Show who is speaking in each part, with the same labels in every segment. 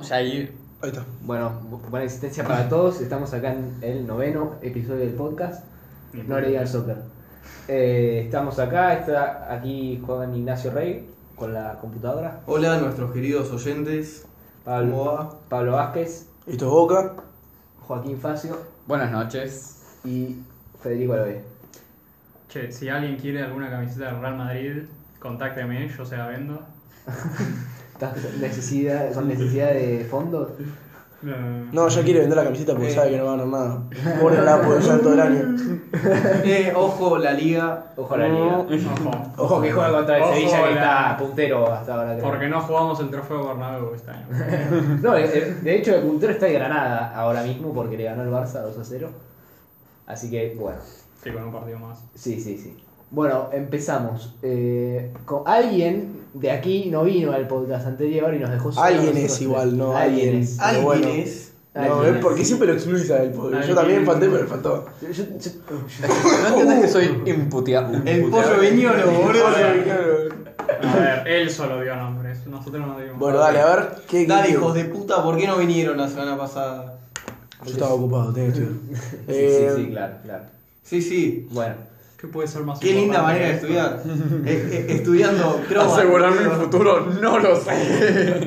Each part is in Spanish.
Speaker 1: sea, ahí.
Speaker 2: Ahí está.
Speaker 3: Bueno, bu- buena existencia para todos. Estamos acá en el noveno episodio del podcast. No le diga al soccer. Eh, estamos acá, está aquí Juan Ignacio Rey con la computadora.
Speaker 4: Hola, nuestros queridos oyentes. ¿Cómo
Speaker 3: Pablo,
Speaker 4: va?
Speaker 3: Pablo Vázquez,
Speaker 2: Esto es Boca.
Speaker 3: Joaquín Facio
Speaker 1: Buenas noches.
Speaker 3: y Federico Aloe.
Speaker 5: Che, si alguien quiere alguna camiseta del Real Madrid, contácteme, yo se la vendo.
Speaker 3: ¿Estás- Necesidad, ¿Son necesidad de fondos?
Speaker 5: Eh,
Speaker 2: No, ya quiere vender la camiseta porque
Speaker 4: Eh.
Speaker 2: sabe que no va a ganar nada. Pobre la puede usar todo el año.
Speaker 4: Eh, ojo, la liga.
Speaker 3: Ojo a la liga.
Speaker 5: ojo,
Speaker 3: Ojo que juega contra el
Speaker 5: Ojo
Speaker 3: Sevilla que
Speaker 5: la-
Speaker 3: está puntero hasta ahora. creo.
Speaker 5: porque no jugamos el trofeo Bernabéu este año.
Speaker 3: No, eh, eh, de hecho el puntero está el Granada ahora mismo porque le ganó el Barça 2 a 0. Así que bueno,
Speaker 5: Sí, con un partido más.
Speaker 3: sí, sí, sí. Bueno, empezamos. Eh, con- alguien de aquí no vino al podcast anterior y nos dejó solos
Speaker 2: Alguien
Speaker 3: nosotros
Speaker 2: es igual,
Speaker 3: tres.
Speaker 2: no, alguien.
Speaker 3: es.
Speaker 2: Pero
Speaker 4: Alguien
Speaker 2: bueno.
Speaker 4: es.
Speaker 2: No,
Speaker 3: Alguien
Speaker 2: es
Speaker 3: es.
Speaker 2: porque siempre lo excluís a él, pobre. Yo también falté, pero faltó.
Speaker 3: Yo- yo- yo-
Speaker 1: No entiendes que soy imputeado.
Speaker 4: El pollo viñolo, boludo.
Speaker 5: A ver, él solo dio nombres, nosotros no dimos.
Speaker 2: Bueno, dale, a ver. ¿qué, qué-
Speaker 4: Dale, hijos de puta, ¿por qué no vinieron la semana pasada?
Speaker 2: Yo estaba ocupado, tenía que estudiar.
Speaker 3: sí, sí,
Speaker 2: Eh,
Speaker 3: sí, claro, claro.
Speaker 4: Sí, sí.
Speaker 3: Bueno,
Speaker 5: ¿Qué puede ser más
Speaker 4: Qué linda
Speaker 5: importante
Speaker 4: manera de
Speaker 5: que esto?
Speaker 4: estudiar. Eh, eh, estudiando croma.
Speaker 1: futuro, no lo sé.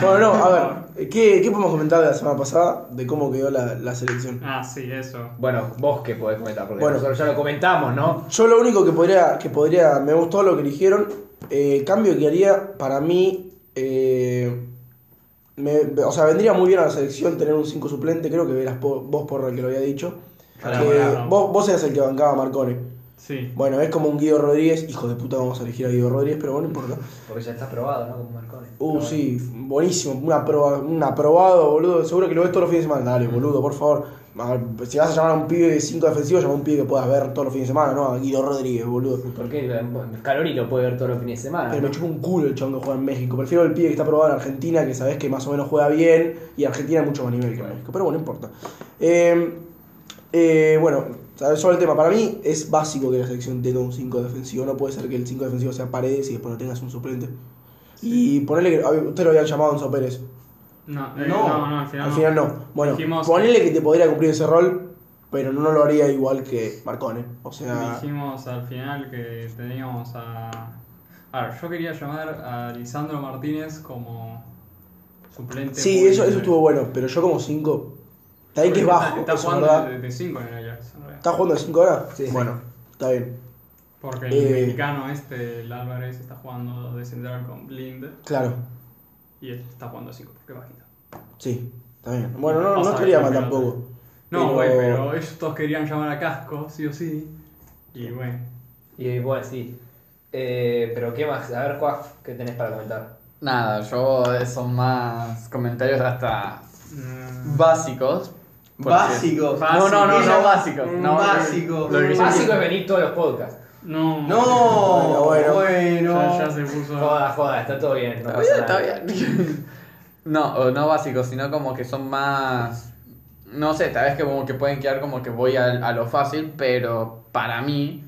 Speaker 2: Bueno, no, a ver. ¿qué, ¿Qué podemos comentar de la semana pasada? De cómo quedó la, la selección.
Speaker 5: Ah, sí, eso.
Speaker 3: bueno, vos que podés comentar, porque
Speaker 2: Bueno.
Speaker 3: nosotros ya lo comentamos, ¿no?
Speaker 2: Yo lo único que podría, que podría, me gustó lo que eligieron. Eh, el cambio que haría para mí, eh, me- o sea, vendría muy bien a la selección tener un 5 suplente. Creo que eras po- vos por el que lo había dicho.
Speaker 5: Para
Speaker 2: Que
Speaker 5: Morano.
Speaker 2: vos, vos eras el que bancaba a Marcone.
Speaker 5: Sí.
Speaker 2: Bueno, es como un Guido Rodríguez. Hijo de puta, vamos a elegir a Guido Rodríguez, pero bueno, no importa.
Speaker 3: Porque ya está probado, ¿no? Como Marconi.
Speaker 2: Uh, sí, buenísimo. Una proba- un aprobado, boludo. Seguro que lo ves todos los fines de semana. Dale, boludo, por favor. A ver, Si vas a llamar a un pibe de 5 defensivos, llama a un pibe que puedas ver todos los fines de semana, ¿no? A Guido Rodríguez, boludo.
Speaker 3: Porque Calori lo puede ver todos los fines de semana.
Speaker 2: Pero
Speaker 3: ¿no?
Speaker 2: me chupa un culo el chabón que juega en México. Prefiero el pibe que está probado en Argentina, que sabes que más o menos juega bien. Y Argentina es mucho más nivel que México. Pero bueno, no importa. Eh, eh, bueno, a ver, sobre el tema. Para mí es básico que la selección tenga un 5 defensivo. No puede ser que el 5 defensivo sea paredes y después no tengas un suplente. Y ponerle que. a ver, Ustedes lo habían llamado a Enzo Pérez.
Speaker 5: No, eh,
Speaker 4: No,
Speaker 5: no, no, al final
Speaker 2: Al
Speaker 5: no.
Speaker 2: final no. Bueno,
Speaker 5: Dijimos-
Speaker 2: ponele que te podría cumplir ese rol. Pero no lo haría igual que Marcone. O sea.
Speaker 5: Dijimos al final que teníamos a. A ver, yo quería llamar a Lisandro Martínez como suplente.
Speaker 2: Sí,
Speaker 5: por-
Speaker 2: eso, eso estuvo bueno. Pero yo como 5. Está ahí que es bajo.
Speaker 5: Está
Speaker 2: eso es
Speaker 5: jugando
Speaker 2: verdad.
Speaker 5: de- de 5 en el Ajax. en realidad.
Speaker 2: ¿Estás jugando de 5 horas?
Speaker 3: Sí.
Speaker 2: Bueno, está bien.
Speaker 5: Porque el
Speaker 2: Eh.
Speaker 5: mexicano este, el Álvarez, está jugando de central con Blind
Speaker 2: Claro,
Speaker 5: y él está jugando 5, porque bajito.
Speaker 2: sí, está bien. Bueno, no,
Speaker 5: Pasa
Speaker 2: no
Speaker 5: de
Speaker 2: quería mal
Speaker 5: campeonato.
Speaker 2: tampoco.
Speaker 5: No,
Speaker 2: Pero-
Speaker 5: güey, pero ellos todos querían llamar a Casco, sí o sí. Y bueno,
Speaker 3: Y bueno, sí. Eh, pero ¿qué más? A ver, Juaf, ¿qué tenés para comentar?
Speaker 1: Nada, yo eh, son más comentarios hasta
Speaker 5: mm,
Speaker 1: básicos. porque-
Speaker 4: Básicos.
Speaker 1: No, no, no, no,
Speaker 4: Ella- Mm,
Speaker 1: básico. No,
Speaker 4: Básico.
Speaker 1: lo que-
Speaker 3: Básico es venir todos los podcasts.
Speaker 5: no,
Speaker 4: No,
Speaker 2: Bueno,
Speaker 4: bueno.
Speaker 5: Ya, ya se puso.
Speaker 3: Joda, joda, está todo bien.
Speaker 2: Ah,
Speaker 3: No
Speaker 1: Está
Speaker 3: pasa
Speaker 1: bien,
Speaker 3: nada.
Speaker 1: está bien. No, o no básicos, sino como que son más. No sé, tal vez que como que pueden quedar como que voy al- a, lo fácil, pero para mí.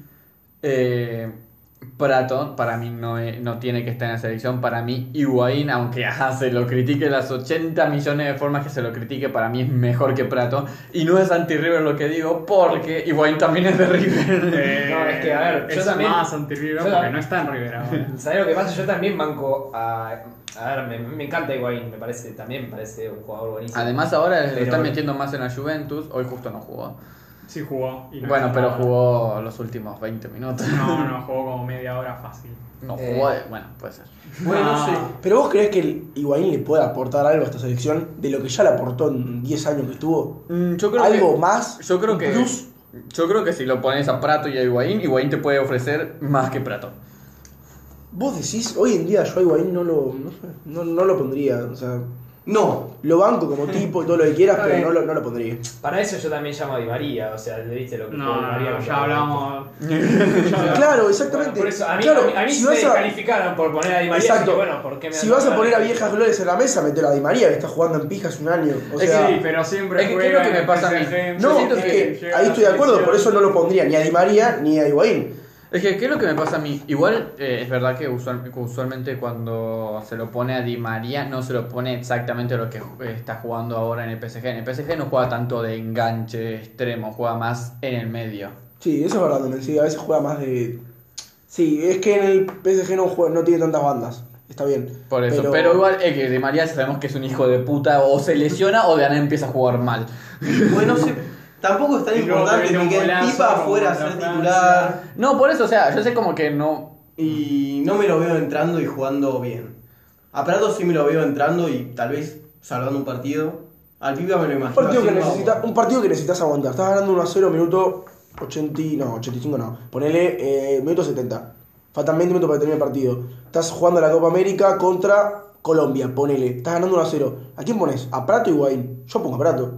Speaker 1: Eh, Prato, para mí no, e- no tiene que estar en la selección. Para mí, Higuaín, aunque ajá, se lo critique las 80 millones de formas que se lo critique, para mí es mejor que Prato. Y no es anti-River lo que digo, porque Higuaín también es de River.
Speaker 5: Eh,
Speaker 3: No, es que, a ver, yo
Speaker 5: es
Speaker 3: también-
Speaker 5: más anti-Rivera
Speaker 3: yo
Speaker 5: porque
Speaker 3: tam-
Speaker 5: no está en Rivera. ahora.
Speaker 3: ¿Sabés lo que pasa? Yo también banco a. A ver, me, me encanta Higuaín, me parece, también me parece un jugador buenísimo.
Speaker 1: Además, ahora le
Speaker 3: Pero-
Speaker 1: están metiendo más en la Juventus. Hoy justo no jugó.
Speaker 5: Sí jugó. y no
Speaker 1: Bueno,
Speaker 5: hizo
Speaker 1: pero
Speaker 5: nada.
Speaker 1: jugó los últimos 20 minutos.
Speaker 5: No, no, jugó como media hora fácil. Ah,
Speaker 1: No
Speaker 3: Eh.
Speaker 1: jugó, de- bueno, puede ser. Ah,
Speaker 4: Bueno, no sé.
Speaker 2: Pero vos crees que el Higuaín le puede aportar algo a esta selección de lo que ya le aportó en 10 años que estuvo?
Speaker 1: mm, yo creo
Speaker 2: ¿Algo
Speaker 1: que,
Speaker 2: más?
Speaker 1: Yo creo
Speaker 2: ¿Un
Speaker 1: que.
Speaker 2: plus?
Speaker 1: Yo creo que si lo pones a Prato y a Higuaín, Higuaín te puede ofrecer más que Prato.
Speaker 2: Vos decís, hoy en día yo a Higuaín no lo, no, sé, no- no lo pondría. O sea,
Speaker 4: No.
Speaker 2: lo banco como tipo y todo lo que quieras,
Speaker 4: Está
Speaker 2: pero
Speaker 4: bien.
Speaker 2: no lo, no lo pondría.
Speaker 3: Para eso yo también llamo a Di María, o sea, ¿viste lo que
Speaker 5: No,
Speaker 3: jugó Di
Speaker 5: no,
Speaker 3: María?
Speaker 5: no,
Speaker 3: con
Speaker 5: ya
Speaker 3: Boca?
Speaker 5: hablamos.
Speaker 2: Claro, exactamente.
Speaker 3: Por eso, a mí,
Speaker 2: claro,
Speaker 3: a mí, a mí
Speaker 2: si
Speaker 3: me
Speaker 2: vas a,
Speaker 3: descalificaron por poner a Di María, así
Speaker 2: Exacto.
Speaker 3: que bueno, ¿por qué me
Speaker 2: si
Speaker 3: dan
Speaker 2: vas a
Speaker 3: la-
Speaker 2: poner a viejas glorias en la mesa, metela a Di María, que está jugando en pijas un año. O
Speaker 1: Es que
Speaker 2: sea,
Speaker 5: sí, pero siempre
Speaker 1: es que
Speaker 5: juega
Speaker 1: creo que me
Speaker 5: en
Speaker 1: pasa a mí.
Speaker 5: PSG,
Speaker 2: No,
Speaker 5: siempre
Speaker 2: es que
Speaker 5: llega a
Speaker 2: ahí
Speaker 5: la
Speaker 2: estoy de acuerdo,
Speaker 5: selección.
Speaker 2: por eso no lo pondría ni a Di María ni a Higuaín.
Speaker 1: Es que, ¿qué es lo que me pasa a mí? Igual eh, es verdad que usual- que usualmente cuando se lo pone a Di María no se lo pone exactamente lo que ju- eh, está jugando ahora en el PSG. En el PSG no juega tanto de enganche extremo, juega más en el medio.
Speaker 2: Sí, eso es verdad también. Sí, a veces juega más de. Sí, es que en el PSG no, juega- no tiene tantas bandas. Está bien.
Speaker 1: Por eso, pero, igual es que Di María sabemos que es un hijo de puta, o se lesiona o de nada empieza a jugar mal.
Speaker 4: Bueno, no sé, tampoco es tan
Speaker 5: Y luego
Speaker 4: importante
Speaker 5: te mete
Speaker 4: ni
Speaker 5: un
Speaker 4: que el
Speaker 5: golazo
Speaker 4: Pipa
Speaker 5: como
Speaker 4: fuera a
Speaker 5: contra
Speaker 4: ser
Speaker 5: Francia.
Speaker 4: titular.
Speaker 1: No, por eso, o sea, yo sé como que no.
Speaker 4: Y no me lo veo entrando y jugando bien. A Prato sí me lo veo entrando y tal vez salvando un partido. Al Pipa me lo
Speaker 2: Un
Speaker 4: imagino.
Speaker 2: partido, que
Speaker 4: haciendo
Speaker 2: necesita,
Speaker 4: algo.
Speaker 2: un partido que necesitas aguantar. Estás ganando 1 a 0, minuto 80, y- no, 85 no. Ponele eh, minuto 70. Faltan 20 minutos para terminar el partido. Estás jugando la Copa América contra Colombia, ponele. Estás ganando 1 a 0. ¿A quién pones? ¿A Prato y Guain? Yo pongo a Prato.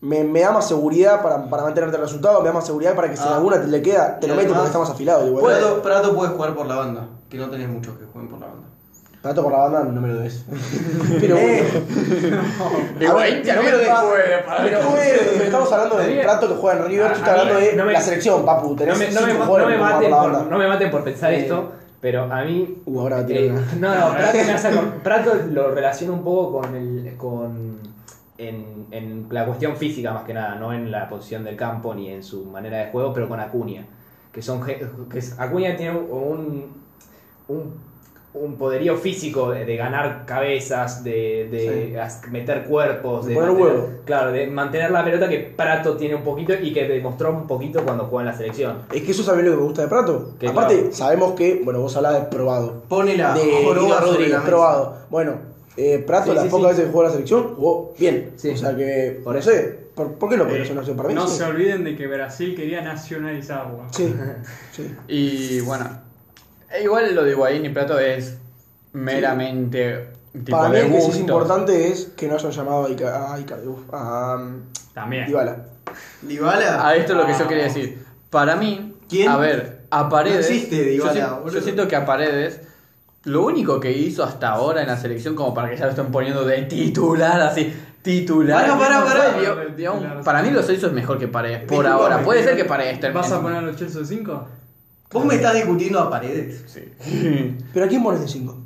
Speaker 2: Me, me da más seguridad para, para mantenerte el resultado, me da más seguridad para que si en
Speaker 4: Ah.
Speaker 2: alguna te le queda, te lo
Speaker 4: Y
Speaker 2: metes porque
Speaker 4: además-
Speaker 2: está más afilado. Igual.
Speaker 4: Prato, Prato puede jugar por la banda, que no tenés muchos que jueguen por la banda.
Speaker 2: Prato por la banda no me lo Eh, des. Pero bueno.
Speaker 1: Higuaín
Speaker 2: no me
Speaker 1: también
Speaker 2: lo des.
Speaker 1: juega,
Speaker 2: Pero
Speaker 1: Pablo.
Speaker 2: eh, estamos hablando de
Speaker 3: Daría-
Speaker 2: Prato que juega en River,
Speaker 3: A-
Speaker 2: yo estoy
Speaker 3: a mí-
Speaker 2: hablando de
Speaker 3: Ah, no me-
Speaker 2: la selección, papu.
Speaker 3: No
Speaker 2: Tenés
Speaker 3: me, no me-
Speaker 2: cinco
Speaker 3: no
Speaker 2: jugadores
Speaker 3: me
Speaker 2: que juegan
Speaker 3: maten
Speaker 2: por la
Speaker 3: por,
Speaker 2: banda.
Speaker 3: no me maten por pensar
Speaker 4: Eh.
Speaker 3: esto, pero a mí.
Speaker 2: Uh, ahora va a tirar
Speaker 3: eh,
Speaker 2: una.
Speaker 3: no, no, Prato, me hace acor- Prato lo relaciono un poco con el. con. En, en la cuestión física más que nada, no en la posición del campo ni en su manera de juego, pero con Acuña. Que son ge- que es- Acuña tiene un, un, un poderío físico de, de ganar cabezas, de, de as- meter cuerpos,
Speaker 2: De
Speaker 3: de
Speaker 2: poner
Speaker 3: mantener-
Speaker 2: huevo.
Speaker 3: Claro, de mantener la pelota que Prato tiene un poquito y que demostró un poquito cuando jugó en la selección.
Speaker 2: Es que eso es también lo que me gusta de Prato.
Speaker 3: Que
Speaker 2: Aparte,
Speaker 3: claro.
Speaker 2: sabemos que, bueno, vos hablabas de probado.
Speaker 4: Pone la
Speaker 2: de
Speaker 4: joroba
Speaker 2: Guido
Speaker 4: sobre
Speaker 2: Rodríguez,
Speaker 4: la mesa.
Speaker 2: probado. Bueno, eh, Prato
Speaker 3: Sí,
Speaker 2: las
Speaker 3: sí,
Speaker 2: pocas
Speaker 3: sí.
Speaker 2: veces que jugó a la selección jugó bien.
Speaker 3: Sí.
Speaker 2: O sea que,
Speaker 3: Por
Speaker 2: no
Speaker 3: eso. Eh,
Speaker 2: sé, ¿por, por qué no podría ser una opción para mí?
Speaker 5: no
Speaker 2: Sí.
Speaker 5: se olviden de que Brasil quería nacionalizarlo.
Speaker 2: Sí, sí.
Speaker 1: Y bueno, e igual lo de Higuaín y Plato es meramente tipo
Speaker 2: Para mí
Speaker 1: de
Speaker 2: lo que sí es
Speaker 1: gustos.
Speaker 2: importante es que no hayan llamado a Ica- a Icardi, uf, a um,
Speaker 5: También.
Speaker 2: Dybala.
Speaker 4: Dybala.
Speaker 1: A esto es lo que yo quería decir. Para mí,
Speaker 4: ¿Quién?
Speaker 1: a ver, a Paredes.
Speaker 4: No existe Dybala,
Speaker 1: yo, si- yo
Speaker 4: boludo.
Speaker 1: siento que a Paredes. Lo único que hizo hasta ahora en la selección, como para que ya lo estén poniendo de titular, así, titular.
Speaker 4: Pará, pará, pará.
Speaker 1: fue, dio- dio un- para mí lo que hizo es mejor que Paredes, por
Speaker 4: Disculpame,
Speaker 1: ahora. Puede
Speaker 4: pero
Speaker 1: ser que Paredes termine.
Speaker 5: ¿Vas a poner los Chelsea 5?
Speaker 4: Vos me estás discutiendo a paredes.
Speaker 1: Sí.
Speaker 2: Pero ¿a quién pones de 5?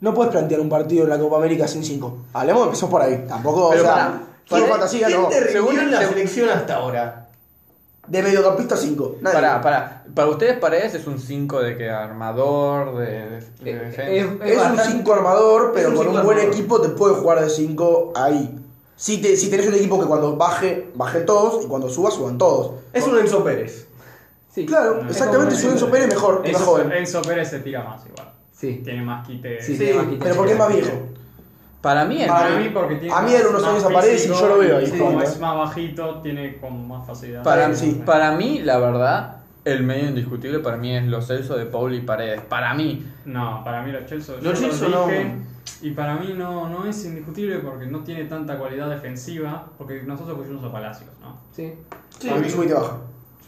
Speaker 2: No puedes plantear un partido en la Copa América sin 5. Hablemos, empezó por ahí. Tampoco,
Speaker 1: Pero
Speaker 2: o sea,
Speaker 1: pará,
Speaker 2: Final
Speaker 4: ¿Quién,
Speaker 2: Fantasía
Speaker 4: quién
Speaker 2: no.
Speaker 4: te rindió
Speaker 1: Según-
Speaker 4: en la
Speaker 1: según-
Speaker 4: selección hasta ahora?
Speaker 2: De mediocampista 5.
Speaker 1: Pará, pará. Para ustedes, Paredes es un 5 de que armador, de,
Speaker 5: Eh,
Speaker 1: de- de defensa.
Speaker 2: Es un
Speaker 3: bastante-
Speaker 2: 5 armador, pero
Speaker 4: un
Speaker 2: con
Speaker 4: cinco
Speaker 2: un buen
Speaker 4: armador.
Speaker 2: equipo te puede jugar de 5 ahí. Si, te- si tenés un equipo que cuando baje, baje todos y cuando suba, suban todos.
Speaker 4: Es un Enzo Pérez.
Speaker 3: Sí.
Speaker 2: Claro,
Speaker 5: No,
Speaker 2: exactamente,
Speaker 5: es
Speaker 2: su Enzo Pérez mejor, es más
Speaker 5: Enzo,
Speaker 2: joven.
Speaker 5: Enzo Pérez se tira más igual.
Speaker 3: Sí.
Speaker 5: Tiene más quite.
Speaker 3: Sí,
Speaker 4: Sí,
Speaker 3: tiene más quita-
Speaker 2: Pero porque es más viejo.
Speaker 1: Para mí, el-
Speaker 5: Para mí porque tiene
Speaker 2: A mí
Speaker 5: más-
Speaker 2: en unos
Speaker 5: más
Speaker 2: años aparece y
Speaker 5: físico,
Speaker 2: yo lo veo ahí
Speaker 5: sí,
Speaker 2: jugando,
Speaker 5: Como
Speaker 2: eh.
Speaker 5: es más bajito, tiene como más facilidad.
Speaker 1: Para,
Speaker 2: Sí.
Speaker 1: para mí, la verdad, el medio indiscutible para mí es los Celso de Paul y Paredes. Para mí.
Speaker 5: No, para mí los Chelsea.
Speaker 4: Los
Speaker 5: yo
Speaker 4: Chelsea no.
Speaker 5: dije, Y para mí no, no es indiscutible porque no tiene tanta cualidad defensiva. Porque nosotros pusimos a Palacios, ¿no?
Speaker 3: Sí.
Speaker 4: Sí,
Speaker 2: Porque sube y te baja.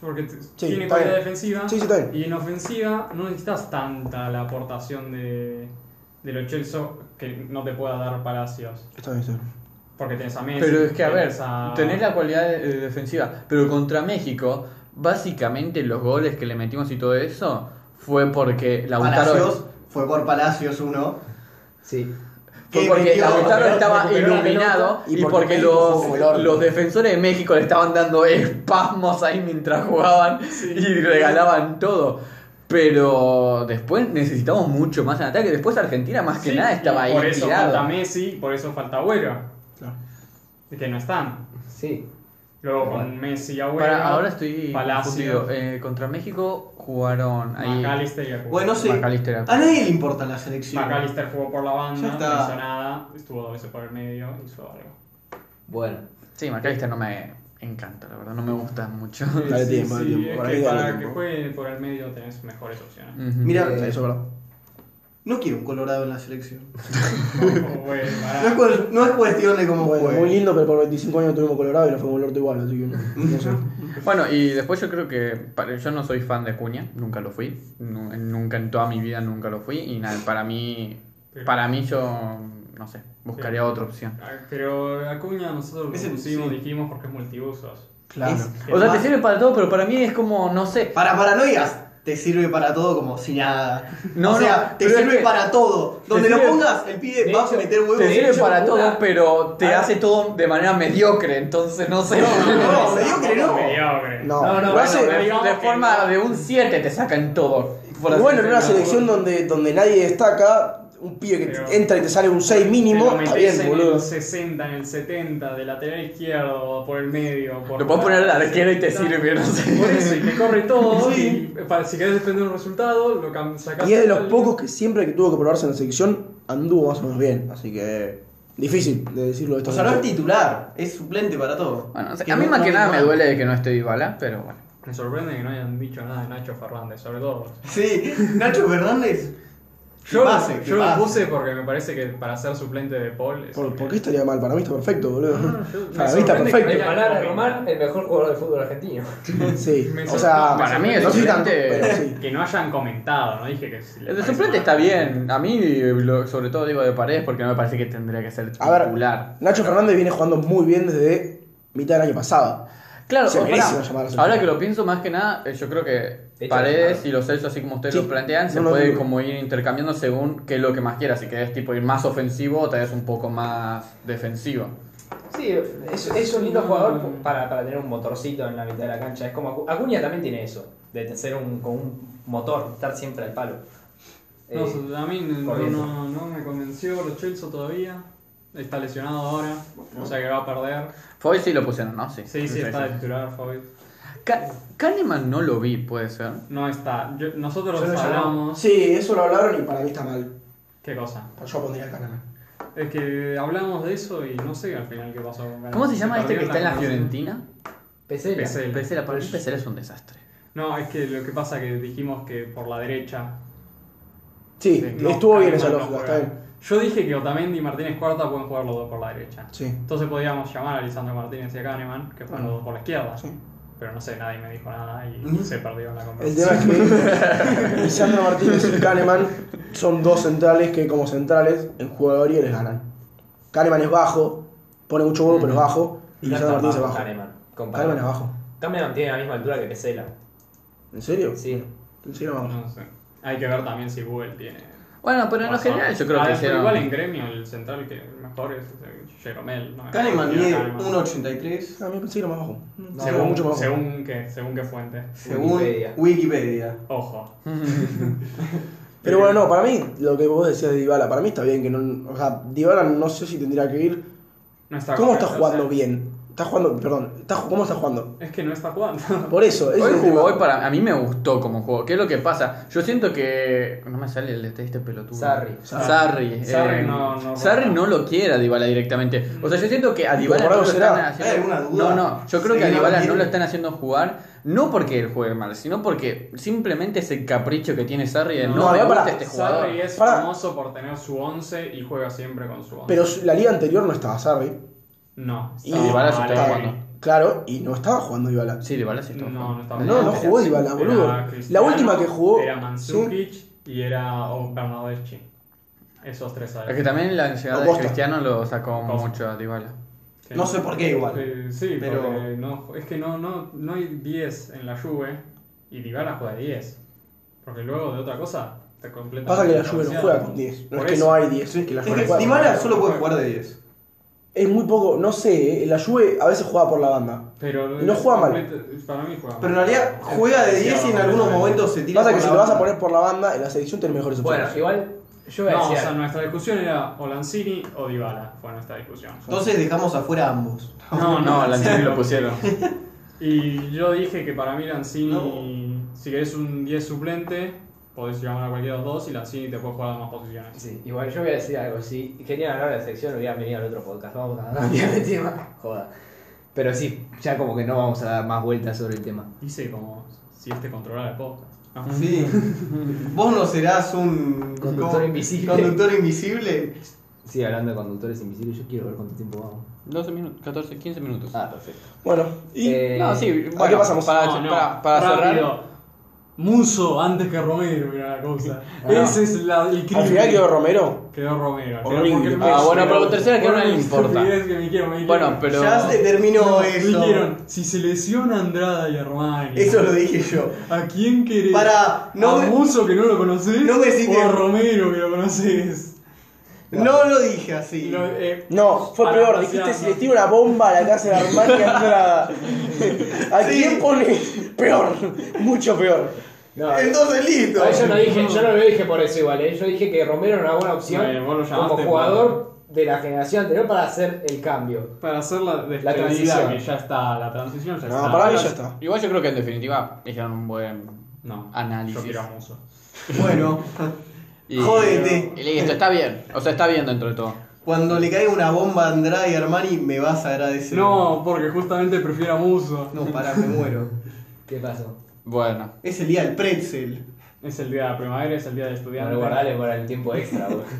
Speaker 5: Porque t-
Speaker 2: Sí,
Speaker 5: tiene
Speaker 2: está
Speaker 5: cualidad
Speaker 2: bien.
Speaker 5: defensiva.
Speaker 2: Sí, sí, está bien.
Speaker 5: Y en ofensiva no necesitas tanta la aportación de, de los Chelsea que no te pueda dar Palacios.
Speaker 2: Está bien, está bien.
Speaker 5: Porque tenés a Messi.
Speaker 1: Pero es que, a ver,
Speaker 5: tenés a-
Speaker 1: tenés la cualidad eh, defensiva. Pero contra México, básicamente los goles que le metimos y todo eso fue porque
Speaker 4: Palacios.
Speaker 1: Lautaro.
Speaker 4: Fue por Palacios uno.
Speaker 3: Sí.
Speaker 1: Fue
Speaker 4: que
Speaker 1: porque
Speaker 4: metió-
Speaker 1: Lautaro
Speaker 3: recuperó-
Speaker 1: estaba
Speaker 3: recuperó la
Speaker 1: iluminado
Speaker 2: pelota y
Speaker 1: y
Speaker 2: porque
Speaker 1: porque
Speaker 2: México jugó como el
Speaker 1: los,
Speaker 2: orto.
Speaker 1: los defensores de México le estaban dando espasmos ahí mientras jugaban y regalaban todo. Pero después necesitamos mucho más en ataque. Después Argentina más que
Speaker 5: Sí,
Speaker 1: nada
Speaker 5: y
Speaker 1: estaba ahí
Speaker 5: Por eso
Speaker 1: tirado.
Speaker 5: falta Messi, por eso falta Agüero.
Speaker 2: Claro.
Speaker 5: Es que no están.
Speaker 3: Sí.
Speaker 5: Luego con Messi y Agüero.
Speaker 1: Para, ahora estoy
Speaker 5: Palacio,
Speaker 1: confundido. Eh, contra México jugaron ahí.
Speaker 5: McAllister y Agüero.
Speaker 4: Bueno, sí.
Speaker 1: McAllister.
Speaker 4: A nadie le importa la selección.
Speaker 5: McAllister jugó por la banda,
Speaker 4: Ya
Speaker 5: no
Speaker 4: está.
Speaker 5: hizo nada, estuvo dos veces por el medio, hizo algo.
Speaker 3: Bueno.
Speaker 1: Sí, McAllister no me encanta, la verdad, no me gusta mucho.
Speaker 2: Dale tiempo, dale tiempo,
Speaker 5: es
Speaker 2: por
Speaker 5: que
Speaker 2: ahí dale
Speaker 5: para que
Speaker 2: tiempo.
Speaker 5: juegue por el medio tenés mejores opciones.
Speaker 1: Ujú.
Speaker 4: Mira,
Speaker 2: Eso es verdad.
Speaker 4: no quiero un Colorado en la selección.
Speaker 5: Tampoco juegue
Speaker 1: Ah.
Speaker 4: No es,
Speaker 5: para-
Speaker 4: cual- no es cuestión de cómo
Speaker 2: Bueno,
Speaker 4: juegue.
Speaker 2: muy lindo, pero por 25 años tuvimos Colorado y nos fue con el orto igual, así que no, no sé.
Speaker 1: Bueno, y después yo creo que para- yo no soy fan de Cuña, nunca lo fui, nu- nunca en toda mi vida nunca lo fui y nada, para mí para mí yo no sé, buscaría otra opción.
Speaker 5: Ah, Pero Acuña nosotros
Speaker 4: Es
Speaker 5: lo
Speaker 4: el-
Speaker 5: pusimos,
Speaker 4: sí.
Speaker 5: dijimos porque es multiusos.
Speaker 4: Claro.
Speaker 1: Es-
Speaker 4: Es
Speaker 1: o sea, te
Speaker 4: más-
Speaker 1: sirve para todo, pero para mí es como, no sé.
Speaker 4: Para paranoias te sirve para todo como si nada.
Speaker 1: No,
Speaker 4: o sea,
Speaker 1: no,
Speaker 4: te
Speaker 1: pero es
Speaker 4: sirve
Speaker 1: que-
Speaker 4: para todo. Donde
Speaker 1: sirve-
Speaker 4: lo pongas, el pibe
Speaker 3: De
Speaker 4: va
Speaker 3: hecho,
Speaker 4: a meter huevos.
Speaker 1: Te
Speaker 3: de
Speaker 1: sirve
Speaker 3: hecho,
Speaker 1: para
Speaker 3: una-
Speaker 1: todo, pero te
Speaker 3: Ah.
Speaker 1: hace todo de manera mediocre, entonces no sé.
Speaker 4: No, mediocre no.
Speaker 5: Mediocre.
Speaker 2: No,
Speaker 3: No, no,
Speaker 2: lo
Speaker 1: Bueno,
Speaker 2: hace-
Speaker 1: de,
Speaker 5: digamos
Speaker 1: de
Speaker 5: que
Speaker 1: forma
Speaker 5: no.
Speaker 1: de un 7 te sacan todo. por
Speaker 2: Y
Speaker 1: así
Speaker 2: bueno, en una
Speaker 1: decirlo.
Speaker 2: selección donde, donde nadie destaca, un pibe que
Speaker 5: Pero-
Speaker 2: entra y te sale un 6 mínimo,
Speaker 5: Te lo
Speaker 2: está
Speaker 5: metés
Speaker 2: bien,
Speaker 5: en
Speaker 2: boludo.
Speaker 5: el 60, en el 70, de lateral izquierdo, por el medio. Por
Speaker 1: Lo puedes poner al arquero y te
Speaker 5: Está-
Speaker 1: sirve, no sé.
Speaker 5: Por eso, y te corre todo.
Speaker 4: Sí.
Speaker 5: Y para, si querés defender un resultado, lo cam- sacás.
Speaker 2: Y es de los
Speaker 5: al-
Speaker 2: pocos que siempre que tuvo que probarse en la selección anduvo más o menos bien. Así que difícil de decirlo de
Speaker 4: O
Speaker 2: esta
Speaker 4: sea, no
Speaker 2: manera.
Speaker 4: es titular, es suplente para todo.
Speaker 1: Bueno, o sea,
Speaker 4: Que
Speaker 1: a mí
Speaker 4: no-
Speaker 1: más
Speaker 4: no
Speaker 1: que
Speaker 4: es
Speaker 1: nada me
Speaker 4: malo.
Speaker 1: duele que no esté Dybala, pero bueno.
Speaker 5: Me sorprende que no hayan dicho nada de Nacho Fernández, sobre todo.
Speaker 4: Sí, Nacho Fernández. Que
Speaker 5: Yo,
Speaker 4: pase, que
Speaker 5: yo lo
Speaker 4: pase.
Speaker 5: puse porque me parece que para ser suplente de Paul. Es
Speaker 2: ¿Por,
Speaker 5: porque
Speaker 2: por qué estaría mal? Para mí está perfecto, boludo.
Speaker 5: Ah, yo- me
Speaker 2: Para mí está
Speaker 5: sorprende que
Speaker 2: perfecto.
Speaker 5: haya-
Speaker 3: palabra de Román, el mejor jugador del fútbol argentino.
Speaker 2: Sí.
Speaker 5: me
Speaker 2: O
Speaker 5: sorprende-
Speaker 2: sea,
Speaker 1: Para
Speaker 5: me
Speaker 1: mí
Speaker 5: sorprende
Speaker 1: es
Speaker 2: no soy tanto,
Speaker 1: suplente.
Speaker 2: pero sí.
Speaker 5: Que no hayan comentado, no dije que. si les
Speaker 1: El de
Speaker 5: parece
Speaker 1: suplente
Speaker 5: mal.
Speaker 1: está bien. A mí, lo- sobre todo digo de paredes, porque no me parece que tendría que ser
Speaker 2: A ver.
Speaker 1: titular.
Speaker 2: Nacho Fernández viene jugando muy bien desde mitad del año pasado.
Speaker 1: Claro,
Speaker 2: Se
Speaker 1: o
Speaker 2: merece
Speaker 1: pará,
Speaker 2: una llamada a la selección.
Speaker 1: ahora que lo pienso más que nada, eh, yo creo
Speaker 3: De
Speaker 1: que
Speaker 3: hecho,
Speaker 1: Paredes
Speaker 3: claro.
Speaker 1: y los Celso, así como ustedes
Speaker 2: Sí,
Speaker 1: lo plantean, se
Speaker 2: no lo
Speaker 1: puede
Speaker 2: dudo.
Speaker 1: como ir intercambiando según que es lo que más quieras. Si querés tipo ir más ofensivo o tal vez un poco más defensivo.
Speaker 3: Sí, es, es un lindo jugador para, para tener un motorcito en la mitad de la cancha. Es como Acu- Acuña también tiene eso, de ser un, con un motor, estar siempre al palo. Eh,
Speaker 5: No, a mí no,
Speaker 3: corriendo.
Speaker 5: no, no me convenció Rochelso todavía. Está lesionado ahora, o sea que va a perder.
Speaker 1: Foy sí lo pusieron, ¿no? Sí,
Speaker 5: Sí, sí, está de titular, Fabi.
Speaker 1: Ca- Kahneman no lo vi, puede ser.
Speaker 5: No está. Yo- nosotros
Speaker 3: Yo lo llamo.
Speaker 5: hablamos.
Speaker 2: Sí, eso lo hablaron y para mí está mal.
Speaker 5: ¿Qué cosa?
Speaker 2: Yo pondría a Kahneman.
Speaker 5: Es que hablamos de eso y no sé al final qué pasó con Gana.
Speaker 1: ¿Cómo se llama este que
Speaker 5: perdió
Speaker 1: está en la
Speaker 5: conversación.
Speaker 1: Fiorentina?
Speaker 3: Pesela.
Speaker 5: Pesela. El-
Speaker 1: Pesela, para mí Pesela es un desastre.
Speaker 5: No, es que lo que pasa que dijimos que por la derecha.
Speaker 2: Sí,
Speaker 5: no,
Speaker 2: estuvo bien esa
Speaker 5: Kahneman no
Speaker 2: lógica,
Speaker 5: juega.
Speaker 2: está bien.
Speaker 5: Yo dije que Otamendi y Martínez Cuarta pueden jugar los dos por la derecha.
Speaker 2: Sí. Mm.
Speaker 5: Entonces podíamos llamar a Lisandro Martínez y a Kahneman, que fueron los dos por la izquierda.
Speaker 2: Sí.
Speaker 5: Pero no sé, nadie me dijo nada y
Speaker 4: Mm.
Speaker 5: se perdió en la
Speaker 2: El
Speaker 5: conversación.
Speaker 2: tema es que Lisandro Martínez y Kahneman son dos centrales que como centrales en jugadoría les ganan. Kahneman es bajo, pone mucho huevo pero es bajo. Y
Speaker 3: No
Speaker 2: Lisandro
Speaker 3: está
Speaker 2: Martínez es
Speaker 3: bajo
Speaker 2: bajo.
Speaker 3: Kahneman, comparado.
Speaker 2: Kahneman es bajo.
Speaker 3: Kahneman tiene la misma altura que Pesela.
Speaker 2: ¿En serio?
Speaker 3: Sí.
Speaker 2: ¿En serio bajo?
Speaker 5: No sé. Hay que ver también si Google tiene.
Speaker 1: Bueno, pero en lo
Speaker 5: razón.
Speaker 1: general yo creo
Speaker 5: Ah,
Speaker 1: que
Speaker 5: pero Igual en
Speaker 1: hicieron...
Speaker 5: gremio, el central que mejor es eh, Jeromel. ¿no?
Speaker 4: Kahneman
Speaker 5: Tiene
Speaker 4: mide
Speaker 5: Kahneman.
Speaker 4: 1.83
Speaker 2: A mí pensé que era más bajo.
Speaker 3: No,
Speaker 5: según,
Speaker 2: mucho más bajo.
Speaker 5: según, qué, según qué fuente.
Speaker 4: según
Speaker 3: Wikipedia.
Speaker 4: Wikipedia.
Speaker 5: Ojo.
Speaker 2: Pero bueno, no, para mí, lo que vos decías de Dybala, para mí está bien que no... O sea, Dybala no sé si tendría que ir.
Speaker 5: No está
Speaker 2: ¿Cómo está
Speaker 5: correcto,
Speaker 2: jugando
Speaker 5: o sea,
Speaker 2: bien? Está jugando, perdón, está, ju- ¿cómo está jugando?
Speaker 5: Es que no está jugando.
Speaker 2: Por eso, eso
Speaker 1: Hoy
Speaker 2: es el
Speaker 1: jugó,
Speaker 2: tema.
Speaker 1: hoy para, a mí me gustó como jugó. ¿Qué es lo que pasa? Yo siento que... No me sale el de este pelotudo.
Speaker 3: Sarri.
Speaker 1: Sarri.
Speaker 5: Sarri
Speaker 1: eh,
Speaker 5: no- no-
Speaker 1: Sarri no lo quiere a Dybala directamente. O sea, yo siento que a Dybala
Speaker 2: por
Speaker 1: no
Speaker 2: algo
Speaker 1: lo
Speaker 2: será.
Speaker 1: están
Speaker 4: ¿Hay
Speaker 1: haciendo...
Speaker 4: alguna duda?
Speaker 1: No, no. Yo creo
Speaker 4: Sí,
Speaker 1: que a
Speaker 4: no lo
Speaker 1: Dybala no
Speaker 4: quiere.
Speaker 1: lo están haciendo jugar, no porque él juegue mal, sino porque simplemente es el capricho que tiene Sarri de no,
Speaker 2: No,
Speaker 1: me
Speaker 2: ya
Speaker 1: gusta
Speaker 2: para-
Speaker 1: este jugador.
Speaker 5: Sarri es
Speaker 2: Pará.
Speaker 5: famoso por tener su 11 y juega siempre con su 11.
Speaker 2: Pero su- la liga anterior no estaba Sarri.
Speaker 5: no.
Speaker 2: Y
Speaker 5: está
Speaker 1: Dybala se
Speaker 5: mal,
Speaker 1: está
Speaker 5: eh.
Speaker 1: jugando.
Speaker 2: Claro, y no estaba jugando Dybala.
Speaker 1: Sí, Dybala sí está
Speaker 5: No,
Speaker 1: jugando.
Speaker 5: no está
Speaker 2: No, no jugó Dybala,
Speaker 5: Era
Speaker 2: boludo. La
Speaker 5: Cristiano,
Speaker 2: última que jugó.
Speaker 5: Era
Speaker 2: sí.
Speaker 5: Mandzukic y era oh, Bernardeschi. Esos tres
Speaker 1: Es que
Speaker 5: adelante.
Speaker 1: también la llegada de
Speaker 2: Acosta.
Speaker 1: Cristiano lo sacó
Speaker 5: Acosta.
Speaker 1: mucho a Dybala.
Speaker 5: Que-
Speaker 4: No sé por qué igual.
Speaker 5: Eh, sí,
Speaker 4: Pero-
Speaker 5: porque no, es que no, no, no hay 10 en la Juve y Dybala juega 10. Porque luego de otra cosa te completa.
Speaker 2: Pasa que la Juve no juega con 10. No es
Speaker 5: Por
Speaker 2: que
Speaker 5: eso.
Speaker 2: no hay 10.
Speaker 4: Sí,
Speaker 2: que la
Speaker 4: es
Speaker 2: Juve
Speaker 4: que
Speaker 2: juega.
Speaker 4: Dybala solo puede jugar de 10.
Speaker 2: Es muy poco, no sé, eh, la Juve a veces juega por la banda.
Speaker 5: Pero
Speaker 2: Y no juega mal.
Speaker 5: completa- Para mí juega mal.
Speaker 4: Pero en realidad juega de 10 y en algunos momentos se tira.
Speaker 2: Pasa
Speaker 4: por
Speaker 2: que si
Speaker 4: la
Speaker 2: lo vas a
Speaker 4: banda.
Speaker 2: poner por la banda, en la selección tiene mejores
Speaker 3: Bueno,
Speaker 2: opciones.
Speaker 3: igual yo voy a
Speaker 5: No, o
Speaker 3: decir.
Speaker 5: sea, nuestra discusión era o Lanzini o Dybala. Fue nuestra discusión.
Speaker 4: Entonces dejamos afuera a ambos.
Speaker 5: No, no,
Speaker 1: Lanzini lo pusieron.
Speaker 5: Y yo dije que para mí Lanzini, si querés un 10 suplente, podés llamar a cualquiera de los dos y Lanzini te puede jugar en más posiciones.
Speaker 3: Sí, igual yo voy a decir algo. Si querían hablar de la sección, hubieran venido al otro podcast. Vamos a cambiar de tema. Joda. Pero sí, ya como que no vamos a dar más vueltas sobre el tema.
Speaker 5: Hice como si este controlara el podcast. No.
Speaker 4: Sí. Vos no serás un.
Speaker 3: Conductor
Speaker 4: ¿cómo?
Speaker 3: invisible.
Speaker 4: Conductor invisible.
Speaker 3: Sí, hablando de conductores invisibles, yo quiero ver cuánto tiempo vamos.
Speaker 1: 12 minutos, 14, 15 minutos.
Speaker 3: Ah, perfecto.
Speaker 2: Bueno, y
Speaker 3: Eh,
Speaker 1: no, sí,
Speaker 2: ¿a
Speaker 1: bueno,
Speaker 2: qué pasamos?
Speaker 1: Para,
Speaker 5: No, no,
Speaker 1: para- para cerrar,
Speaker 5: rápido. Muso antes que Romero, mira la cosa. Ese es la- el crimen.
Speaker 2: Al final quedó Romero.
Speaker 5: Quedó Romero.
Speaker 2: O
Speaker 5: quedó
Speaker 2: Ringo.
Speaker 5: porque me-
Speaker 1: Ah, bueno, pero tercera que
Speaker 5: Bueno,
Speaker 1: no le
Speaker 5: qué
Speaker 1: importa.
Speaker 5: estupidez que me quiero, me
Speaker 1: Bueno,
Speaker 5: quiero.
Speaker 1: pero.
Speaker 4: Ya se terminó
Speaker 5: No,
Speaker 4: eso.
Speaker 5: Dijeron, si se lesiona a Andrada y Armani.
Speaker 4: Eso lo dije yo.
Speaker 5: ¿A quién querés?
Speaker 4: Para, no
Speaker 5: ¿A
Speaker 4: me-
Speaker 5: Muso que no lo conocés?
Speaker 4: No me decís
Speaker 5: ¿O
Speaker 4: que-
Speaker 5: a Romero que lo conocés?
Speaker 4: No lo dije así.
Speaker 5: Lo- eh,
Speaker 2: No, fue
Speaker 5: Para,
Speaker 2: peor.
Speaker 5: o
Speaker 2: Dijiste
Speaker 5: sea,
Speaker 2: si
Speaker 5: no.
Speaker 2: les tiro una bomba a la casa de Armani que Andrada. ¿A
Speaker 4: Sí.
Speaker 2: quién pone? Peor. Mucho peor.
Speaker 3: No,
Speaker 4: Entonces listo.
Speaker 3: Eh, no, yo no dije, yo no lo dije por eso igual, ¿eh? yo dije que Romero era una buena opción
Speaker 5: Bueno, vos lo llamaste
Speaker 3: como jugador de la generación anterior para hacer el cambio.
Speaker 5: Para hacer la despedida,
Speaker 3: La transición.
Speaker 5: que ya está, la transición ya está.
Speaker 2: No, para mí ya está.
Speaker 1: Igual yo creo que en definitiva hicieron un buen
Speaker 5: No,
Speaker 1: Análisis.
Speaker 5: Yo quiero a Muso.
Speaker 4: Bueno,
Speaker 1: Y,
Speaker 4: Jódete.
Speaker 1: Y listo, está bien. O sea, está bien dentro de todo.
Speaker 4: cuando le caiga una bomba a Andrade y Armani, me vas a agradecer.
Speaker 5: No, porque justamente prefiero a Muso.
Speaker 4: No, pará, me muero.
Speaker 3: ¿Qué pasó?
Speaker 1: Bueno.
Speaker 4: Es el día del pretzel.
Speaker 5: Es el día de la primavera, es el día del estudiante.
Speaker 3: Bueno, guardale para el tiempo extra, boludo.